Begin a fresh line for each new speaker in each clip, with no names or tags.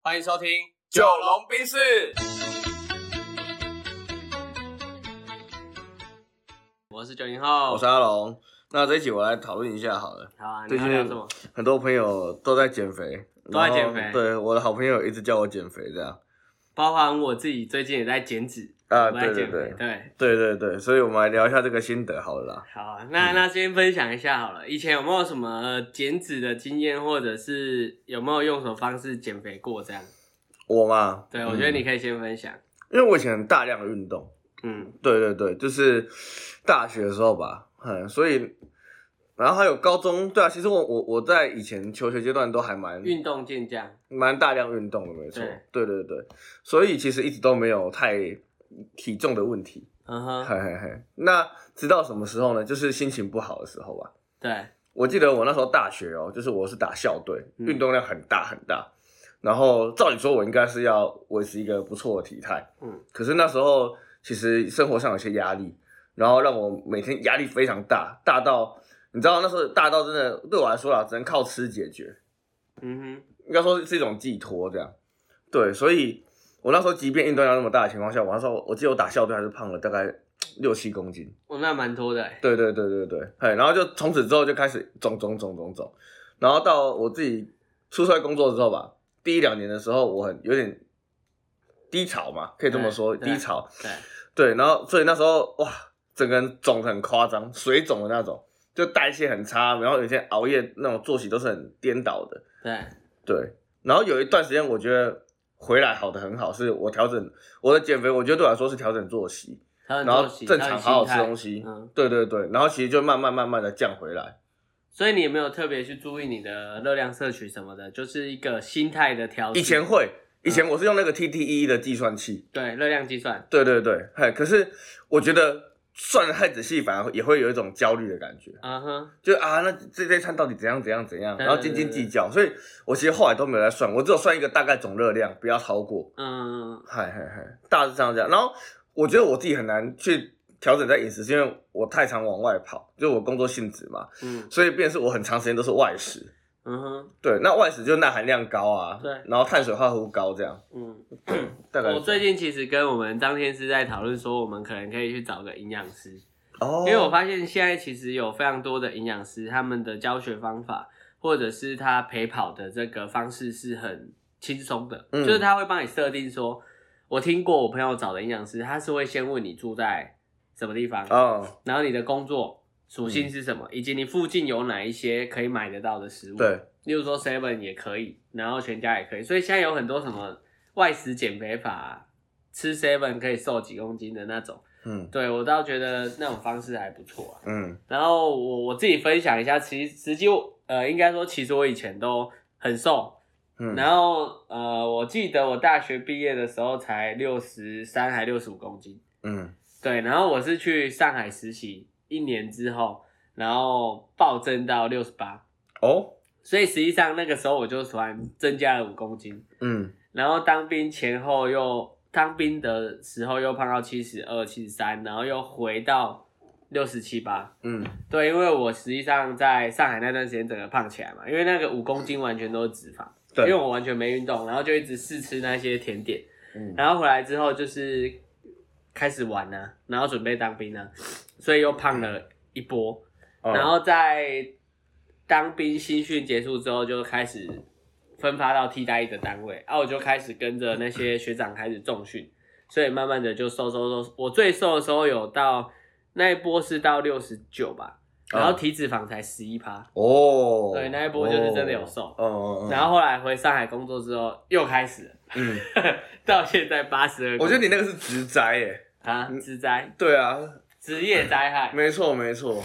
欢迎收听《
九龙冰室。
我是九零后，
我是阿龙。那这一集我来讨论一下好了。
好啊，你
最
要
近
聊什么？
很多朋友都在减肥，
都在
然后
减肥
对，我的好朋友一直叫我减肥，这样。
包含我自己最近也在减脂
啊
我在
对对
减肥
对
对。
对对对，所以我们来聊一下这个心得好了啦。
好啊，
嗯
那那先分享一下好了，以前有没有什么减脂的经验，或者是有没有用什么方式减肥过这样？
我嘛，
对，我觉得
嗯
你可以先分享。
因为我以前大量运动，
嗯，
对对对，就是大学的时候吧，嗯，所以。然后还有高中，对啊，其实我我我在以前求学阶段都还蛮
运动健将，
蛮大量运动的，没错
对，
对对对，所以其实一直都没有太体重的问题，
嗯哼，
嘿嘿嘿，那直到什么时候呢？就是心情不好的时候吧。
对，
我记得我那时候大学哦，就是我是打校队，
嗯
运动量很大很大。然后照理说，我应该是要维持一个不错的体态，
嗯，
可是那时候其实生活上有些压力，然后让我每天压力非常大，大到你知道那时候大到真的对我来说啦，只能靠吃解决，
嗯
应该说是一种寄托这样。对，所以我那时候即便运动量那么大的情况下，我那时候我记得我打校队还是胖了大概六七公斤。
哼，哦，那蛮多的欸，
对对对对对，嘿，然后就从此之后就开始肿肿肿肿肿，然后到我自己出社会工作之后吧，第一两年的时候我很有点低潮嘛，可以这么说，
对对
低潮。
对，
对，然后所以那时候哇，整个人肿得很夸张，水肿的那种，就代谢很差，然后有些熬夜那种作息都是很颠倒的。
对，
对，然后有一段时间我觉得回来好的很好，是我调整我的减肥，我觉得对我来说是调整作息，
然
然后正常好好吃东西，
嗯，
对对对，然后其实就慢慢慢慢的降回来，
所以你有没有特别去注意你的热量摄取什么的，就是一个心态的调整。
以前会，以
嗯
前我是用那个 TTE 的计算器，
对热量计算，
对对对，嘿，可是我觉得算的太仔细，反而也会有一种焦虑的感觉，
嗯哼，
就啊，那这这餐到底怎样怎样怎样，
对
然后斤斤计较，所以我其实后来都没有在算，我只有算一个大概总热量，不要超过，
嗯，
嗨嗨嗨，大致上这样。然后我觉得我自己很难去调整在饮食，是因为我太常往外跑，就是我工作性质嘛，
嗯
所以变成是我很长时间都是外食。
嗯哼，
对，那外食就是钠含量高啊，
对
然后碳水化合物高这样，
嗯。
大概
我最近其实跟我们张天师在讨论说，我们可能可以去找个营养师，
哦，
因为我发现现在其实有非常多的营养师，他们的教学方法或者是他陪跑的这个方式是很轻松的，
嗯
就是他会帮你设定说，我听过我朋友找的营养师，他是会先问你住在什么地方，
哦，嗯
然后你的工作属性是什么，以及你附近有哪一些可以买得到的食物，，
对，
例如说 Seven 也可以，然后全家也可以，所以现在有很多什么外食减肥法、吃 Seven 可以瘦几公斤的那种，
嗯
对我倒觉得那种方式还不错啊。
嗯
然后我我自己分享一下，其实实际我呃，应该说其实我以前都很瘦，
嗯，
然后呃，我记得我大学毕业的时候才六十三还六十五公斤，
嗯
对，然后我是去上海实习一年之后，然后暴增到六十八，
哦，
所以实际上那个时候我就突然增加了五公斤，
嗯
然后当兵前后又当兵的时候又胖到七十二、七十三，然后又回到六十七八，
嗯
对，因为我实际上在上海那段时间整个胖起来嘛，因为那个五公斤完全都是脂肪，
对
因为我完全没运动，然后就一直试吃那些甜点，
嗯
然后回来之后就是开始玩啊，然后准备当兵啊，所以又胖了一波，
哦
然后在当兵新训结束之后就开始分发到替代役的单位，啊，我就开始跟着那些学长开始重训，所以慢慢的就瘦瘦瘦，我最瘦的时候有到那一波是到六十九吧，然后体脂肪才十一趴，
嗯哦，
对那一波就是真的有瘦
哦哦，哦
然后后来回上海工作之后又开始了，
嗯，
到现在八十二，
我觉得你那嗯个是植栽耶，
啊，职灾、
对啊，
职业灾 害，
没错没错。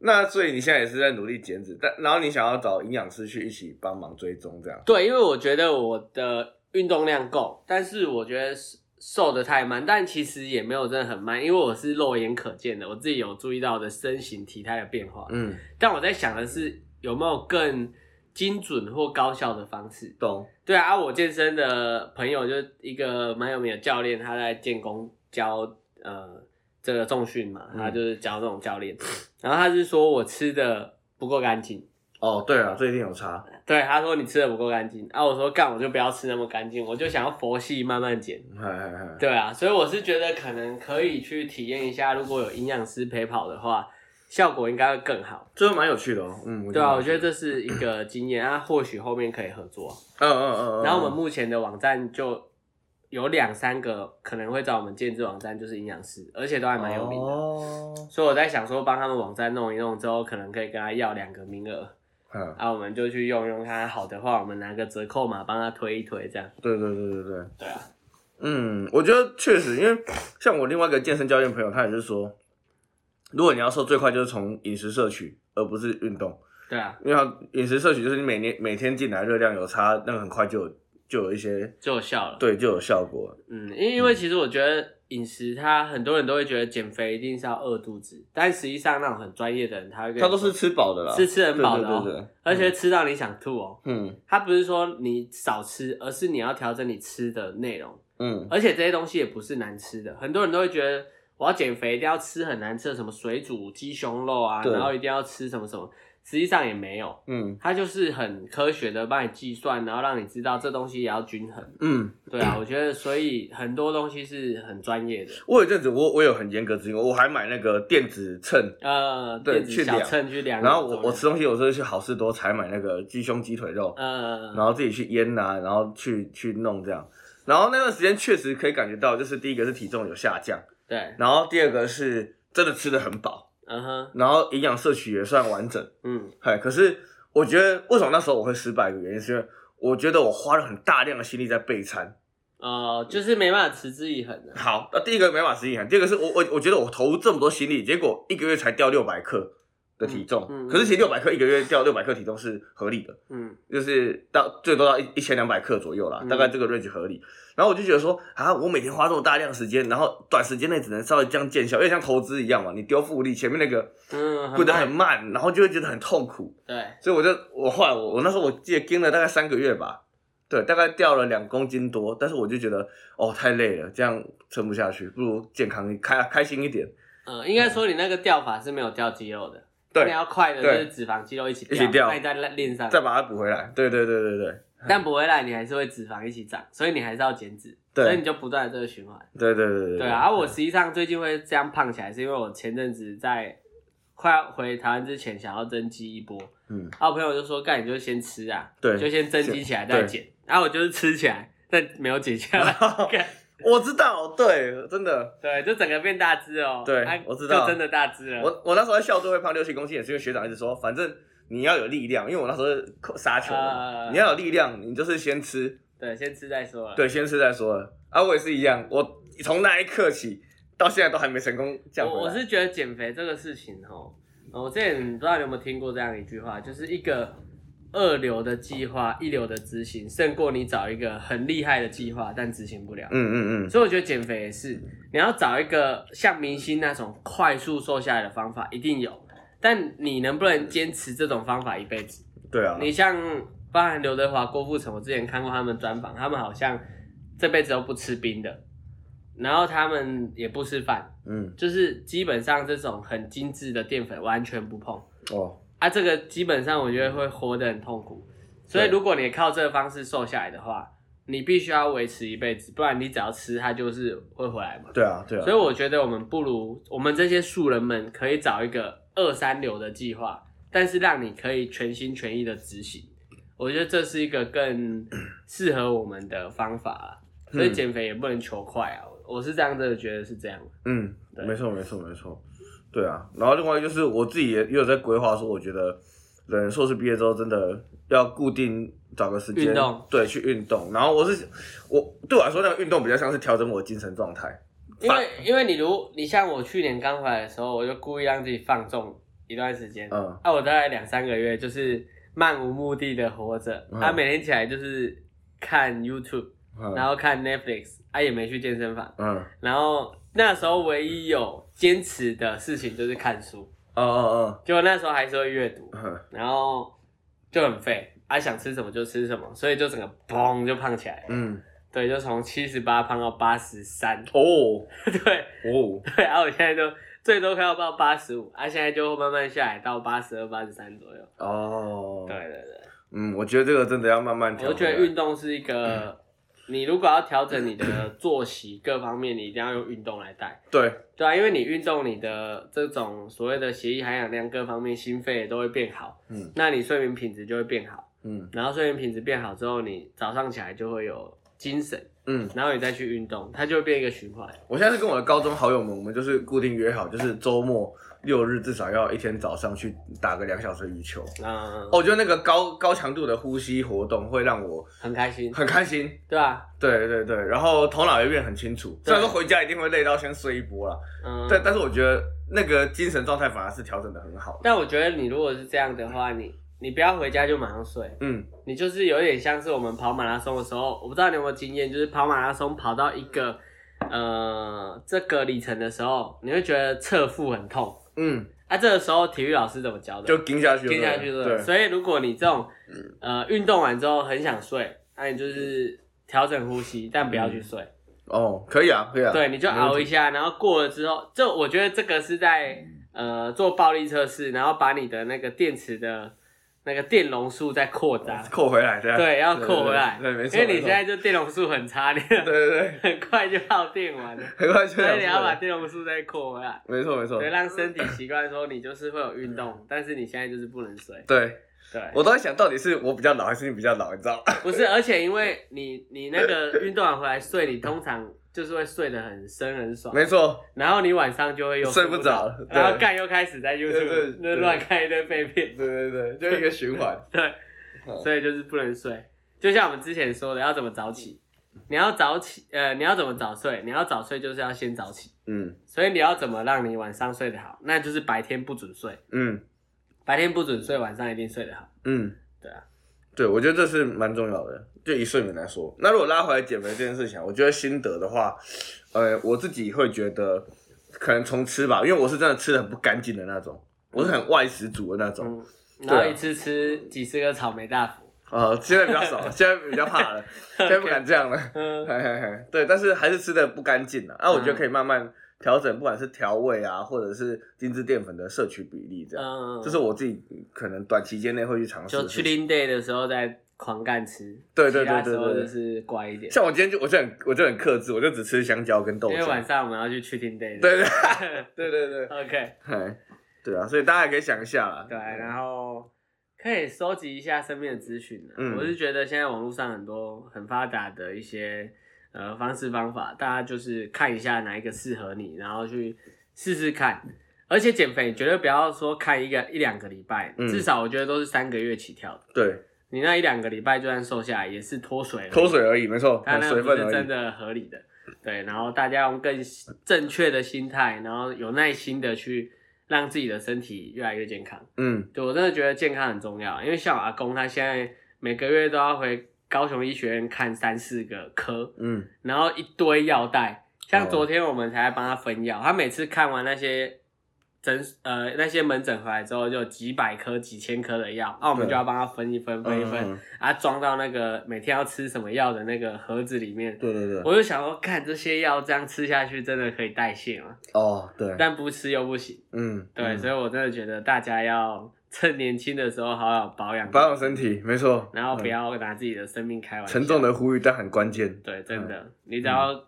那所以你现在也是在努力减脂，但然后你想要找营养师去一起帮忙追踪这样，
对，因为我觉得我的运动量够，但是我觉得瘦的太慢，但其实也没有真的很慢，因为我是肉眼可见的，我自己有注意到我的身形体态的变化。
嗯，
但我在想的是有没有更精准或高效的方式。
懂，
对啊，啊我健身的朋友就是一个蛮有名的教练，他在建工教呃这个重训嘛，他
嗯
就是教这种教练，然后他是说我吃的不够干净。
哦，对啊，这一定有差，
对，他说你吃的不够干净，啊，我说干我就不要吃那么干净，我就想要佛系慢慢减。
嗨嗨嗨，
对啊，所以我是觉得可能可以去体验一下，如果有营养师陪跑的话，效果应该会更好。
这个蛮有趣的哦。嗯，
对啊，我觉得
得，
这是一个经验啊，或许后面可以合作。
嗯嗯嗯嗯。
然后我们目前的网站就有两三个可能会找我们建制网站，就是营养师，而且都还蛮有名的。
哦，
所以我在想说，帮他们网站弄一弄之后，可能可以跟他要两个名额，
嗯，
啊，我们就去用用看，好的话我们拿个折扣码帮他推一推，这样。
对对对对对。
对啊，
嗯，我觉得确实，因为像我另外一个健身教练朋友，他也是说，如果你要瘦，最快就是从饮食摄取，而不是运动，
对啊，
因为他饮食摄取就是你每年每天进来热量有差，那个很快就有就有一些
就有效了。
对就有效果。
嗯，因因为其实我觉得饮食，它很多人都会觉得减肥一定是要饿肚子，但实际上那种很专业的人，他会跟你
他都是
说
吃饱的啦，
是吃很饱的哦
对对对嗯对，
而且吃到你想吐哦。
嗯
他不是说你少吃，而是你要调整你吃的内容，
嗯
而且这些东西也不是难吃的。很多人都会觉得我要减肥一定要吃很难吃的什么水煮鸡胸肉啊，
对
然后一定要吃什么什么，实际上也没有，
嗯
它就是很科学的帮你计算，然后让你知道这东西也要均衡。
嗯，
对 啊，我觉得所以很多东西是很专业的。
我有一阵子我我有很严格执行，我还买那个电子秤。
呃，
对
电子
去
小
量
秤去量，
然后我我吃，东西，有时候去好事多才买那个鸡胸鸡腿肉，
呃，
然后自己去腌呐、然后去去弄这样。然后那段时间确实可以感觉到，就是第一个是体重有下降，
对，
然后第二个是真的吃的很饱，
嗯哼，
然后营养摄取也算完整。
嗯，
嘿，可是我觉得为什么那时候我会失败的原因，是因为我觉得我花了很大量的心力在备餐。
呃，就是没办法持之以恒的，啊
好，那第一个没法实现，第二个是我我我觉得我投入这么多心力，结果一个月才掉六百克的体重，
嗯嗯嗯
可是其实六百克一个月掉六百克体重是合理的。
嗯，
就是到最多到一一千两百克左右啦，
嗯
大概这个 range 合理。然后我就觉得说啊，我每天花这么大量时间，然后短时间内只能稍微这样见效，因为像投资一样嘛，你丢复利，前面那个
嗯，
滚得
慢
很慢，然后就会觉得很痛苦。
对，
所以我就我后来我我那时候我记得跟了大概三个月吧，对，大概掉了两公斤多，但是我就觉得哦太累了，这样撑不下去，不如健康开开心一点，
嗯，应该说你那个掉法是没有掉肌肉的，你
对，
要快的就
对
是脂肪肌肉一起
一起掉
那你再练上，
再把它补回来。对对对对对
但补回来你还是会脂肪一起长，所以你还是要减脂，
对
所以你就不断的这个循环，
对对对对。
对啊，而我实际上最近会这样胖起来，是因为我前阵子在快要回台湾之前想要增肌一波，
嗯，
啊，我朋友就说干你就先吃啊，
对，
就先增肌起来再减。然后我就是吃起来，但没有减下 来。干
我知道，对，真的。
对，就整个变大只哦。
对
啊
我知道
就真的大只了。
我我那时候在校队会胖六七公斤，也是因为学长一直说，反正你要有力量，因为我那时候是扣杀球的嘛，
呃
你要有力量，你就是先吃，
对，先吃再说了。
对，先吃再说了。啊，我也是一样，我从那一刻起到现在都还没成功降
我
回
我
来。
是觉得减肥这个事情哦，呃我之前不知道你有没有听过这样一句话，就是一个二流的计划，一流的执行，胜过你找一个很厉害的计划但执行不了。
嗯嗯嗯，
所以我觉得减肥也是，你要找一个像明星那种快速瘦下来的方法，一定有，但你能不能坚持这种方法一辈子？
对啊，
你像包含刘德华、郭富城，我之前看过他们专访，他们好像这辈子都不吃冰的，然后他们也不吃饭，
嗯
就是基本上这种很精致的淀粉完全不碰
哦，
啊。这个基本上我觉得会活得很痛苦，所以
对
如果你靠这个方式瘦下来的话，你必须要维持一辈子，不然你只要吃它就是会回来嘛。
对啊对啊
所以，我觉得我们不如我们这些素人们可以找一个二三流的计划，但是让你可以全心全意的执行。我觉得这是一个更适合我们的方法啦。所以
嗯
减肥也不能求快啊，我是这样真的觉得是这样。
嗯，
对
没错没错没错，对啊。然后另外就是我自己也也有在规划说，我觉得人硕士毕业之后真的要固定找个时间
运动，
对，去运动。然后我是我对我来说，那个运动比较像是调整我的精神状态。
因为因为你如你像我去年刚回来的时候，我就故意让自己放纵一段时间，
嗯，
啊，我大概两三个月就是漫无目的的活着，
嗯
啊，每天起来就是看 YouTube，然
嗯
后看 Netflix，啊，也没去健身房。
嗯，
然后那时候唯一有坚持的事情就是看书，
哦哦
结果那时候还是会阅读
哦，，嗯
然后就很废，啊想吃什么就吃什么，所以就整个砰就胖起来了，
嗯，
对，就从七十八胖到八十三，
哦
对
哦，
对，然后我现在就最多快要到八十五，啊现在就慢慢下来到八十二、八十三左右，
哦，
对对对，
嗯，我觉得这个真的要慢慢调。
我觉得运，动是一
嗯
个，你如果要调整你的作息各方面，你一定要用运动来带。
对
对啊，因为你运动，你的这种所谓的血液含氧量各方面，心肺也都会变好。
嗯，
那你睡眠品质就会变好，
嗯
然后睡眠品质变好之后，你早上起来就会有精神，
嗯，
然后你再去运动，它就会变一个循环。
我现在是跟我的高中好友们，我们就是固定约好，就是周末六日至少要一天早上去打个两小时羽球。
嗯，
哦，我觉得那个高高强度的呼吸活动会让我
很开心，
很开心，
对吧？
对对对，然后头脑也变很清楚。虽然说回家一定会累到先睡一波啦，
嗯，
但但是我觉得那个精神状态反而是调整的很好的。
但我觉得你如果是这样的话，你你不要回家就马上睡，
嗯，
你就是有点像是我们跑马拉松的时候，我不知道你有没有经验，就是跑马拉松跑到一个呃这个里程的时候，你会觉得侧腹很痛
嗯，
啊。这个时候体育老师怎么教的？
就盯下去了，
听下去
啊对
对
不对
所以如果你这种呃运动完之后很想睡，那你就是调整呼吸，但不要去睡。
哦，可以啊，可以啊，
对，你就熬一下，然后过了之后，这我觉得这个是在呃做暴力测试，然后把你的那个电池的那个电容数再扩张。
扣回来，对啊
对，要扣回来，
对，对对没错，
因为你
没错
现在就电容数很差，你
对啊对对，
很快就耗电完了，
很快就
所以
想
哎你
出
要把
来
电容数再扩回来，
没错没错
对，，让身体习惯说你就是会有运动，但是你现在就是不能睡，
对
对，
我都在想到底是我比较老还是你比较老，你知道吗？
不是，而且因为你你那个运动完回来睡，你通常就是会睡得很深很爽，
没错，
然后你晚上就会又
睡
不
不着对
然后干又开始在
对对
YouTube 那乱看一堆废片，
对对对，就一个循环。
对，
好
所以就是不能睡。就像我们之前说的，要怎么早起？你要早起，呃，你要怎么早睡？你要早睡就是要先早起。
嗯
所以你要怎么让你晚上睡得好？那就是白天不准睡，
嗯
白天不准睡，晚上一定睡得好。
嗯，
对啊，
对，我觉得这是蛮重要的。就以睡眠来说，那如果拉回来减肥这件事情啊，我觉得心得的话，呃，我自己会觉得可能从吃吧，因为我是真的吃的很不干净的那种，我是很外食族的那种。
嗯，
对啊
然后一次吃几十个草莓大福。
呃，现在比较少，现在比较怕了，现在不敢这样了。
嗯
嘿嘿嘿，对，但是还是吃的不干净啊。那、我觉得可以慢慢调整，不管是调味啊，或者是精致淀粉的摄取比例，这样，
嗯，
这是我自己可能短期间内会去尝试
就
的事
去
情。
Lean Day 的时候再狂干吃，
对对对
其他时
对对
候
对
就是乖一点。
像我今天就我就很我就很克制，我就只吃香蕉跟豆
因为晚
浆。
上我们要去去 Lean Day。
对对对对对，
，OK，
哎，对啊，所以大家也可以想一下啦。
对，啊然后可以收集一下身边的资讯啊、
嗯
我是觉得现在网络上很多很发达的一些呃方式方法，大家就是看一下哪一个适合你，然后去试试看。而且减肥绝对不要说看一个一两个礼拜，
嗯
至少我觉得都是三个月起跳的。
对，
你那一两个礼拜就算瘦下来，也是脱 水了。
脱水而已，没错，
它
很
那
哦水
个不
分
是
而
真
已。
的合理的。对，然后大家用更正确的心态，然后有耐心的去让自己的身体越来越健康。
嗯
对我真的觉得健康很重要，因为像我阿公他现在每个月都要回高雄医学院看三四个科，
嗯
然后一堆药袋。
哦
像昨天我们才帮他分药，他每次看完那些诊呃那些门诊回来之后，就有几百颗、几千颗的药，那、我们
对
就要帮他分一分、分一分，
嗯
啊装到那个每天要吃什么药的那个盒子里面。
对对对，
我就想说，看这些药这样吃下去，真的可以代谢吗？
哦对，
但不吃又不行。
嗯
对，
嗯
所以我真的觉得大家要趁 年轻的时候好好保养，
保养身体，没错。
然后不
嗯
要拿自己的生命开玩笑。
沉重，的嗯呼吁，但很关键。
对，真的，你只要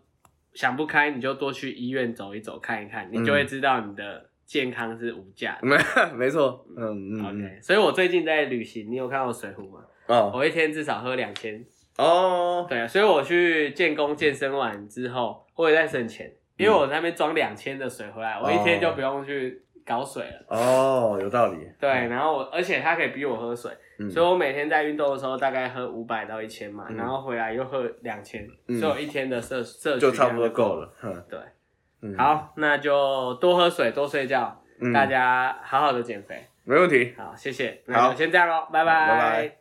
想不开，你就多去医院走一走，看一看，
嗯
你就会知道你的健康是无价的。
没没错，嗯嗯嗯
OK，所以我最近在旅行，你有看到水壶吗？
哦
我一天至少喝两千。
哦，
对啊，所以我去建工健身完之后，我也在省钱，
嗯
因为我在那边装两千的水回来，我一天就不用去搞水了。
哦，有道理。
对，然后我而且它可以逼我喝水，
嗯
所以我每天在运动的时候大概喝五百到一千嘛，
嗯
然后回来又喝两千、
嗯
所以我一天的摄摄取
就差不多
量
够。了。嗯
对，
嗯，
好，那就多喝水，多睡觉，
嗯
大家好好的减肥。
没问题。
好，谢谢，那
好
就先这样喽，拜
拜拜